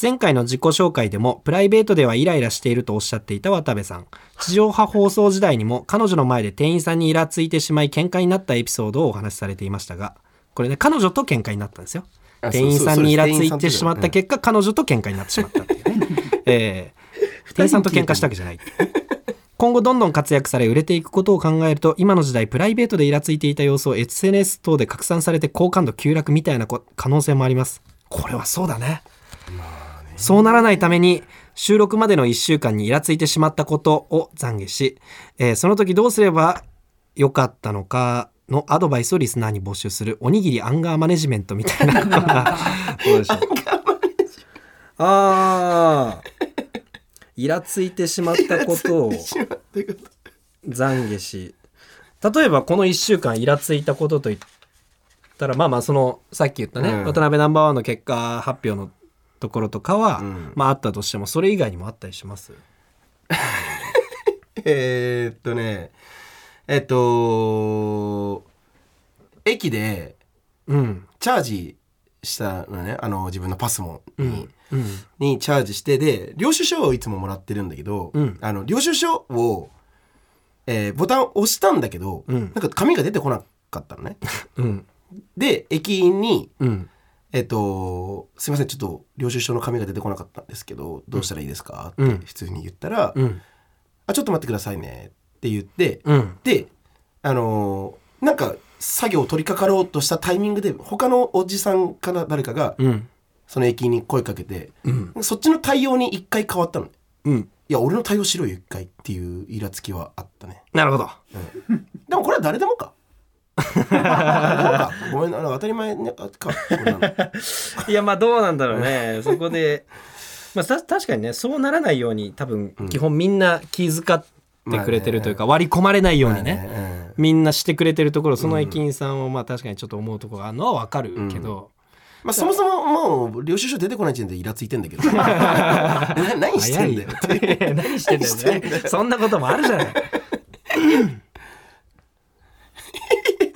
前回の自己紹介でもプライベートではイライラしているとおっしゃっていた渡部さん地上波放送時代にも彼女の前で店員さんにイラついてしまい喧嘩になったエピソードをお話しされていましたがこれね彼女と喧嘩になったんですよ
あ
店員さんにイラついてしまっ
そ
た
うそう
結果彼女と喧嘩になってしまったっていうね、えー店員さんと喧嘩したわけじゃない今後どんどん活躍され売れていくことを考えると今の時代プライベートでイラついていた様子を SNS 等で拡散されて好感度急落みたいなこ可能性もありますこれはそうだねそうならないために収録までの1週間にイラついてしまったことを懺悔し、えーその時どうすればよかったのかのアドバイスをリスナーに募集するおにぎりアンガーマネジメントみたいなことがどうでしょうあーイラついてしまったことを懺悔し例えばこの1週間イラついたことといったらまあまあそのさっき言ったね、
うん
渡辺ナンバーワンの結果発表のところとかは、
ん
まああったとしてもそれ以外にもあったりします
えーっとねえっと駅で
うん
チャージしたのねあの自分のパスモに、
うん
にチャージしてで領収書をいつももらってるんだけど、
うん
あの領収書を、えーボタンを押したんだけど、
うん
なんか紙が出てこなかったのね
うん
で駅員に
うん
「えっとすいませんちょっと領収書の紙が出てこなかったんですけどどうしたらいいですか?」
う
っ
ん
て普通に言ったら「
うん
あちょっと待ってくださいね」って言って、
うん
であのーなんか作業を取り掛かろうとしたタイミングで他のおじさんから誰かが
うん
その駅員に声かけて、
ん
そっちの対応に一回変わったのね。
うん
いや俺の対応しろよ一回っていうイラつきはあったね
なるほど
でもこれは誰でも
*laughs*
か誰でもかごめんあの当たり前ねあ
*laughs*
かこんなの
いやまあどうなんだろうねそこでまあた確かにねそうならないように多分基本みんな気遣ってくれてるというか割り込まれないようにね、
ね
みんなしてくれてるところその駅員さんをまあ確かにちょっと思うところがあるのはわかるけど、
まあそもそももう領収書出てこない時点でイラついてんだ
*laughs*
けどな *laughs* 何して
早
ん
い
だよ
よ何してんだよねそんなこともあるじ
*laughs*
ゃない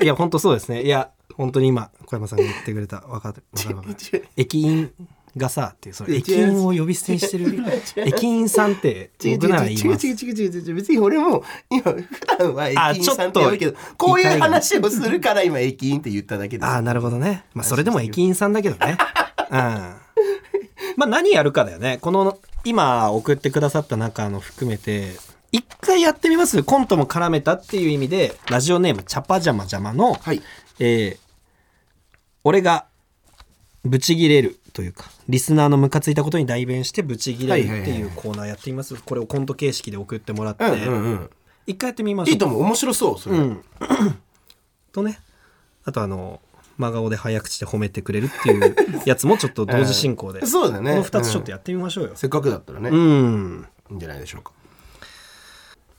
いや本当そうですねいや本当に今小山さんが言ってくれたわかるわかるわかる駅員がさっていうそれ
違う
駅員を呼び捨てにしてる駅員さんって
違う違う
僕なら言い
違う
ます
違う違う違う違う別に俺も今普段は駅員さんって呼ぶけど
あちょっと
こういう話をするから今駅員って言っただけで
ああ
す
なるほどねまあそれでも駅員さんだけどねうんまあ何やるかだよねこの今送ってくださった中の含めて一回やってみますコントも絡めたっていう意味でラジオネームチャパジャマジャマの、
はい
えー俺がブチギレるというかリスナーのムカついたことに代弁してブチギレるっていうコーナーやってみますこれをコント形式で送ってもらって
うんうんうん
一回やってみましょう
いいと思う面白そうそれ、
うん、とねあとあの真顔で早口で褒めてくれるっていうやつもちょっと同時進行で、
えー *laughs* そうだね
この2つちょっとやってみましょうよ。
せっかくだったらね、
う
い
ん
いんじゃないでしょうか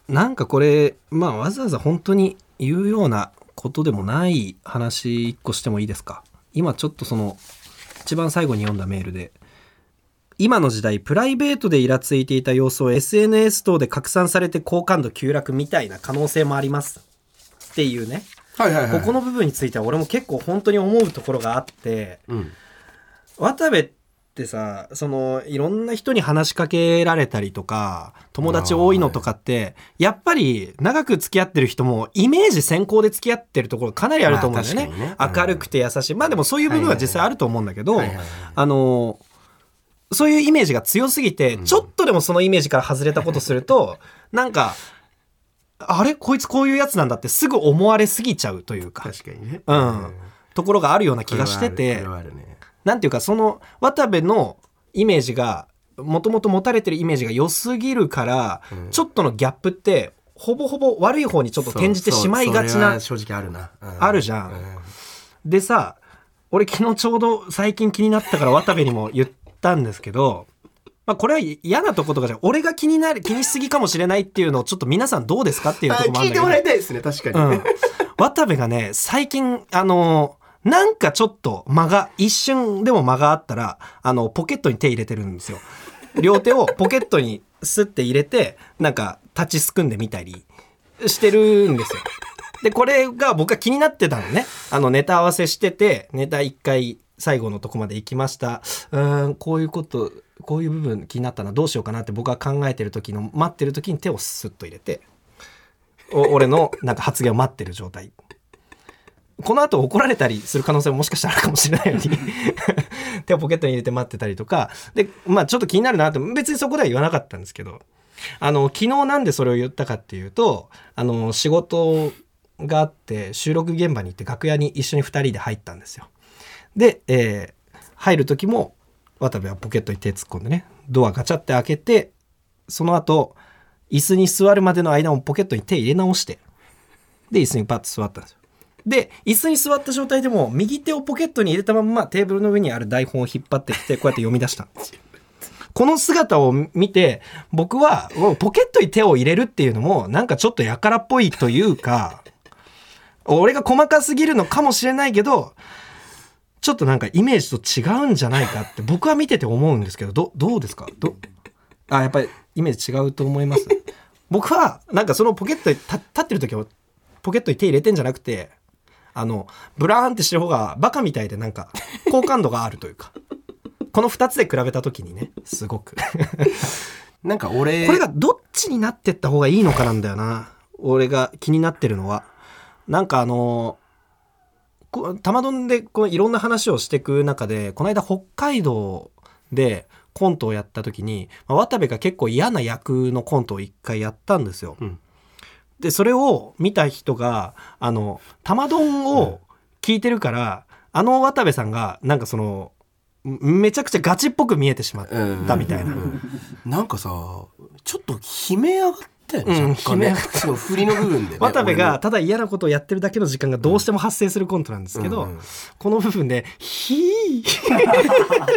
なんかこれ、まあ、わざわざ本当に言うようなことでもない話一個してもいいですか今ちょっとその一番最後に読んだメールで今の時代プライベートでイラついていた様子を SNS 等で拡散されて好感度急落みたいな可能性もありますっていうね
はいはい
ここの部分については俺も結構本当に思うところがあって
うん
渡部ってさそのいろんな人に話しかけられたりとか友達多いのとかってやっぱり長く付き合ってる人もイメージ先行で付き合ってるところかなりあると思うんだよね,、
まあ確かにねうん
明るくて優しいまあでもそういう部分は実際あると思うんだけど、
はいはいはい
あのそういうイメージが強すぎて、ちょっとでもそのイメージから外れたことするとなんかあれこいつこういうやつなんだってすぐ思われすぎちゃうというか
確かにね
うん、ところがあるような気がしてて。
これはあるこれはあるね
なんていうかその渡部のイメージがもともと持たれてるイメージが良すぎるから、
うん
ちょっとのギャップってほぼほぼ悪い方にちょっと転じてしまいが
そう
ち
それ
な
は正直あるな、う
あるじゃ
う
んでさ俺昨日ちょうど最近気になったから渡部にも言ったんですけど、まあ、これは嫌なとことかじゃん俺が気になる気にしすぎかもしれないっていうのをちょっと皆さんどうですかっていう
あ
ところもあ
聞
る
いて
んだけど
もらいたいですね確かに、
うん、渡部がね最近あのーなんかちょっと間が一瞬でも間があったらあのポケットに手入れてるんですよ両手をポケットにスッて入れてなんか立ちすくんでみたりしてるんですよでこれが僕が気になってたのねあのネタ合わせしててネタ1回最後のとこまで行きましたうーんこういうことこういう部分気になったなどうしようかなって僕が考えてる時の待ってる時に手をスッと入れてお *laughs* 俺のなんか発言を待ってる状態この後怒られたりする可能性ももしかしたらあるかもしれないのに *laughs* 手をポケットに入れて待ってたりとかでまあちょっと気になるなって別にそこでは言わなかったんですけどあの昨日なんでそれを言ったかっていうとあの仕事があって収録現場に行って楽屋に一緒に2人で入ったんですよ。で、えー入る時も渡部はポケットに手突っ込んでねドアガチャって開けてその後椅子に座るまでの間もポケットに手入れ直してで椅子にパッと座ったんですよで椅子に座った状態でも右手をポケットに入れたまんまテーブルの上にある台本を引っ張ってきてこうやって読み出したんですよこの姿を見て僕はもうポケットに手を入れるっていうのもなんかちょっとやからっぽいというか俺が細かすぎるのかもしれないけどちょっとなんかイメージと違うんじゃないかって僕は見てて思うんですけどどどうですかどあやっぱりイメージ違うと思います *laughs* 僕はなんかそのポケットに立立ってる時はポケットに手入れてんじゃなくてあのブラーンってしてる方がバカみたいでなんか好感度があるというかこの2つで比べた時にねすごく
なんか俺
これがどっちになってった方がいいのかなんだよな俺が気になってるのはなんかあのこう玉丼でこういろんな話をしていく中でこの間北海道でコントをやった時に、まあ渡部が結構嫌な役のコントを一回やったんですよ。
うん
でそれを見た人があの玉丼を聞いてるから、あの渡部さんがなんかそのんめちゃくちゃガチっぽく見えてしまっ
うん
たみたいな。
うんなんかさちょっと悲鳴上がったよね、
うん
若干ね
悲鳴上が
その振りの部分で、ね、
*laughs* 渡部
俺
が
の
ただ嫌なことをやってるだけの時間がどうしても発生するコントなんですけど、
うんうん
この部分で「ひー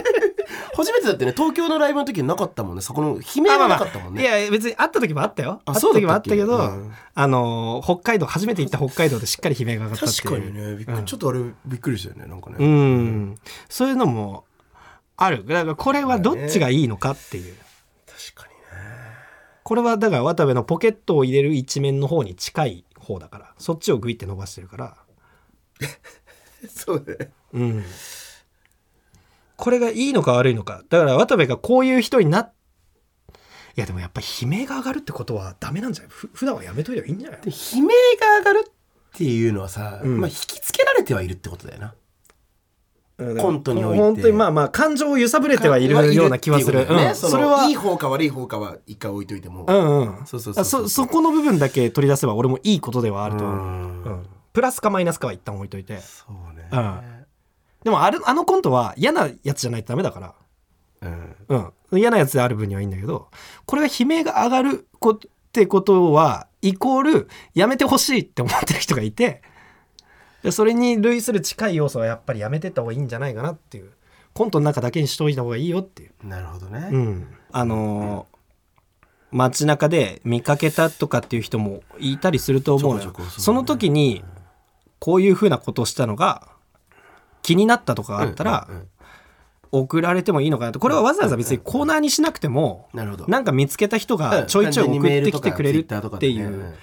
初めてだってね東京のライブの時なかったもんねそこの悲鳴がなかったもんね、
いや別に会った時もあったよ
あ
会った
そうだっ
時
た
もあ
っ
っ
け
たけど、
うん
あの北海道初めて行った北海道でしっかり悲鳴が上がったっていう
確かにねびっくり、
うん
ちょっとあれびっくりしたよねなんかね、
うんそういうのもあるだからこれはどっちがいいのかっていう、
確かにね
これはだから渡部のポケットを入れる一面の方に近い方だからそっちをグイって伸ばしてるから
そうね
うん、これがいいのか悪いのかだから渡部がこういう人になっいやでもやっぱ悲鳴が上がるってことはダメなんじゃないふ普段はやめといた方がいいんじゃない
で悲鳴が上がるっていうのはさ、
うん
まあ引きつけられてはいるってことだよな
うん
コントにおいて
本当にまあまあ感情を揺さぶれてはいるような気はす
まあい
る、
るっていうことだよね
うん
そ
それ
れ
はい
い方か悪い方かは一回置いといても、
うんうん
そうそうそ
あ
うそう
そそこの部分だけ取り出せば俺もいいことではあると
う
思う、
ん
うんプラスかマイナスかは一旦置いといて
そうね、
でもあるあのコントは嫌なやつじゃないとダメだから
うん
うん、嫌なやつである分にはいいんだけどこれが悲鳴が上がるこってことはイコールやめてほしいって思ってる人がいてでそれに類する近い要素はやっぱりやめてった方がいいんじゃないかなっていうコントの中だけにしといた方がいいよっていう、
なるほどね、
うん、あのー街中で見かけたとかっていう人もいたりすると思うの
ちょ
よ
こちょこそうだね
その時にこういうふうなことをしたのが気になったとかがあったら
うんうんうん
送られてもいいのかなとこれはわざわざ別にコーナーにしなくても
なるほど
なんか見つけた人がちょいちょい送ってきてくれるっていう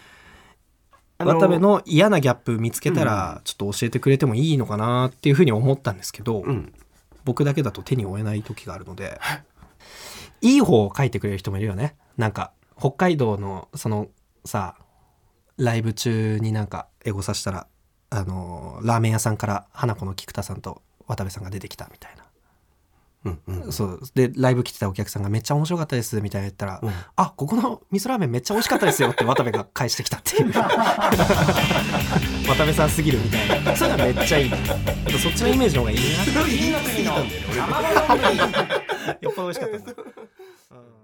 渡部、の嫌なギャップ見つけたらちょっと教えてくれてもいいのかなっていうふうに思ったんですけど、
うん
僕だけだと手に負えない時があるので *laughs* いい方を書いてくれる人もいるよねなんか北海道のそのさライブ中になんかエゴさしたらあのーラーメン屋さんから花子の菊田さんと渡部さんが出てきたみたいな
うんうんうん
そうでライブ来てたお客さんが「めっちゃ面白かったです」みたいな言ったら「
うん
あここの味噌ラーメンめっちゃ美味しかったですよ」って渡部が返してきたっていう渡部さんすぎるみたいなそういうのはめっちゃいいやっぱそっちのイメージの方がいいなよっぽど美味しかったな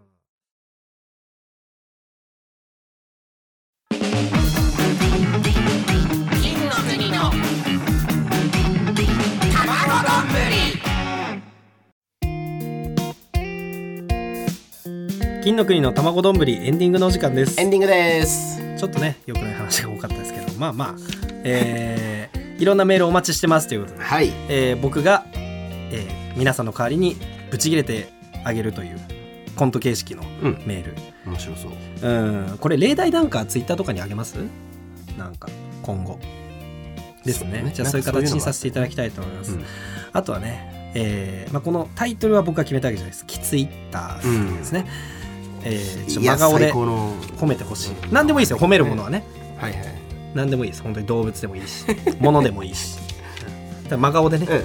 金の国の卵丼エンディングのお時間です
エンディングです
ちょっとね良くない話が多かったですけどまあまあえーいろんなメールお待ちしてますということで
はい
えー僕が、えー皆さんの代わりにブチ切れてあげるというコント形式の
うん
メール、
面白そう
うん、これ例題なんかツイッターとかにあげますなんか今後ですね
そうね
じゃあそういう
なんかそういうのが
形にさせていただきたいと思います、
うん
あとはね、えーまあ、このタイトルは僕が決めたわけじゃないですきツイッターですね、えーちょっと真顔
いや最
で
高の
褒めてほしい何でもいいですよ褒めるものはね
はいはい
何でもいいです本当に動物でもいいし *laughs* 物でもいいしうんただ真顔でね、
うん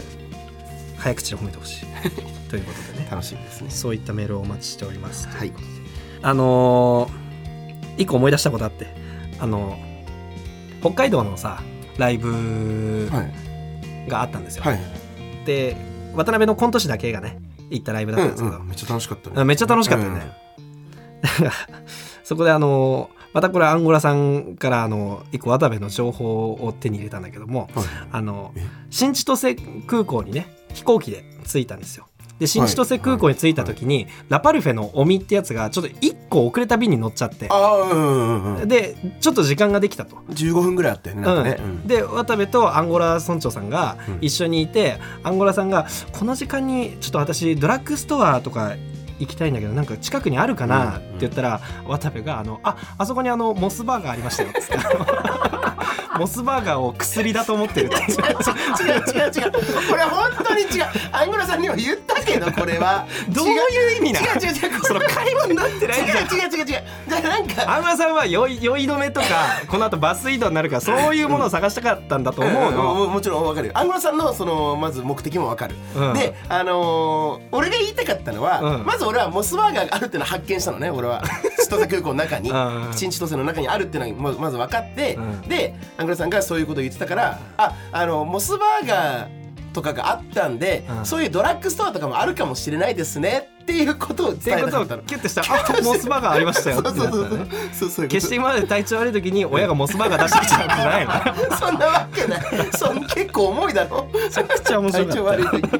早口で褒めてほ
*laughs*
しいということでね
楽しみですね
そういったメールをお待ちしておりますと
は
いう
い
ことで、あのー一個思い出したことあってあのー北海道のさライブ
はい
があったんですよ、
はい
で渡辺のコント師だけがね行ったライブだったんですけど、
うんうんめっちゃ楽しかった
あめっちゃ楽しかったよね、そこであのーまたこれアンゴラさんからあの一個渡部の情報を手に入れたんだけども、
うんはい
あの
え
新千歳空港にね飛行機で着いたんですよで新千歳空港に着いた時に、ラパルフェのおみってやつがちょっと1個遅れた便に乗っちゃって
ああうんうんうんうん
でちょっと時間ができたと。
15分ぐらいあったよねなんかね
う
うんん
で渡部とアンゴラ村長さんが
うん
一緒にいて、アンゴラさんが「この時間にちょっと私ドラッグストアとか行きたいんだけどなんか近くにあるかな?」って言ったら、渡部があの「ああそこにあのモスバーガーありましたよ」っつって。
*laughs*
モスバーガーを薬だと思ってるっていう
違う違う違うこれ本当に違うアングラさんには言ったけどこれは
どういう意味なの
違う違う違う
その会話に *laughs* なってないじゃん
違う違う違う違うじゃあなんか
安村さんは酔い酔い止めとかこの後バス移動になるからそういうものを探したかったんだと思うの、
ももちろん分かるよアンゴラさんのそのまず目的も分かる、
うん
であのー俺が言いたかったのは、
うん
まず俺はモスバーガーがあるっていうのを発見したのね俺は千歳空港の中に
うん
新千歳の中にあるっていうのがままず分かって、
うん
でアンゴラさんがそういうことを言ってたからああのモスバーガーとかがあったんで、
うん
そういうドラッグストアとかもあるかもしれないですねっていうことを
ってい
伝え
う
た
こと
か
を
ったの。
キュッてしたら「あモスバーガーありましたよ」って
そうそうそ
な
う
った
そ
ね
うそうそういうこと
決して今まで体調悪い時に親がモスバーガー出してきちゃうんじゃないの
そんなわけないそん結構重いだろ
めちゃくちゃ面白
体
か
調
った
悪い時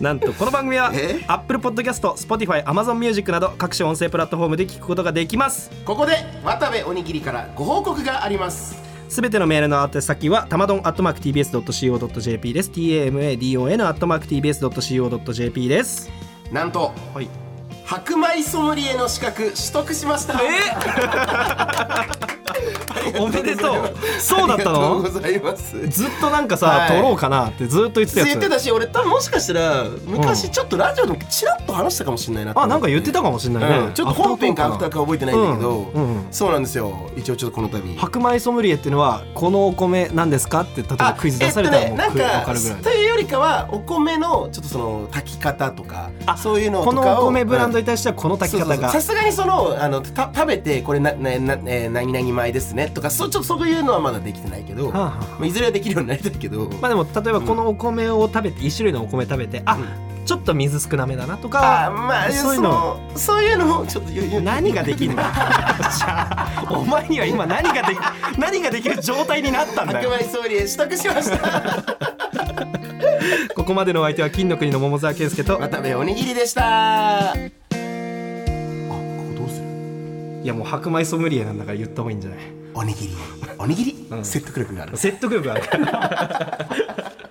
なんとこの番組は
え
Apple Podcast、Spotify、AmazonMusic など各種音声プラットフォームで聞くことができます
ここで渡部おにぎりからご報告があります
すべてのメールの宛先はたまどん atmarktbs.co.jp です tamadon atmarktbs.co.jp です
なんと
はい
白米ソムリエの資格取得しました
おめでとうそうだった
ありが
の
とうございます
ずっとなんかさ、
はい
撮ろうかなってずっと言ってたやつ
言ってたし俺多分もしかしたら昔ちょっとラジオでもちらっと話したかもしれないなと思
あなんか言ってたかもしれないね、
うんちょっと本編かアフターか覚えてないんだけど、
うんうん
そうなんですよ一応ちょっとこの度
白米ソムリエっていうのはこのお米なんですかって例えばクイズ出されたらもう
えっとね、なん
分
か
かるぐらい
というよりかはお米のちょっとその炊き方とか
あ
そういうのと
こ
かを
のお米ブランド
うん
に対してはこの炊き
そうそ
方
うそう
が
さすがにそのあのた食べてこれななな、えー何々米ですねとかそうちょっとそういうのはまだできてないけど、
はあはあ
まあ、いずれはできるようになりたいけど、
まあでも例えばこのお米を食べて一種類のお米食べてあ
うん
ちょっと水少なめだなと
あ
か
まあ
そう
そ
いうの
のそういうのをちょっと余裕
何ができんだ *laughs* じゃあお前には今何ができ何ができる状態になったんだ
白
よ
米ソムリエ取得しました
ここまでのお相手は金の国の桃沢圭介と
渡部おにぎりでしたあここどうする
いやもう白米ソムリエなんだから言った方がいいんじゃない
おにぎりおにぎり、
ん
説得力がある
説得力ある